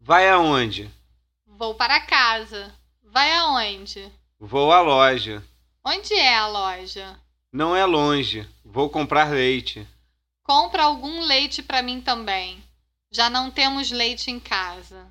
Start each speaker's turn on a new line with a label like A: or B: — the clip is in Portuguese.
A: Vai aonde?
B: Vou para casa. Vai aonde?
A: Vou à loja.
B: Onde é a loja?
A: Não é longe. Vou comprar leite.
B: Compra algum leite para mim também. Já não temos leite em casa.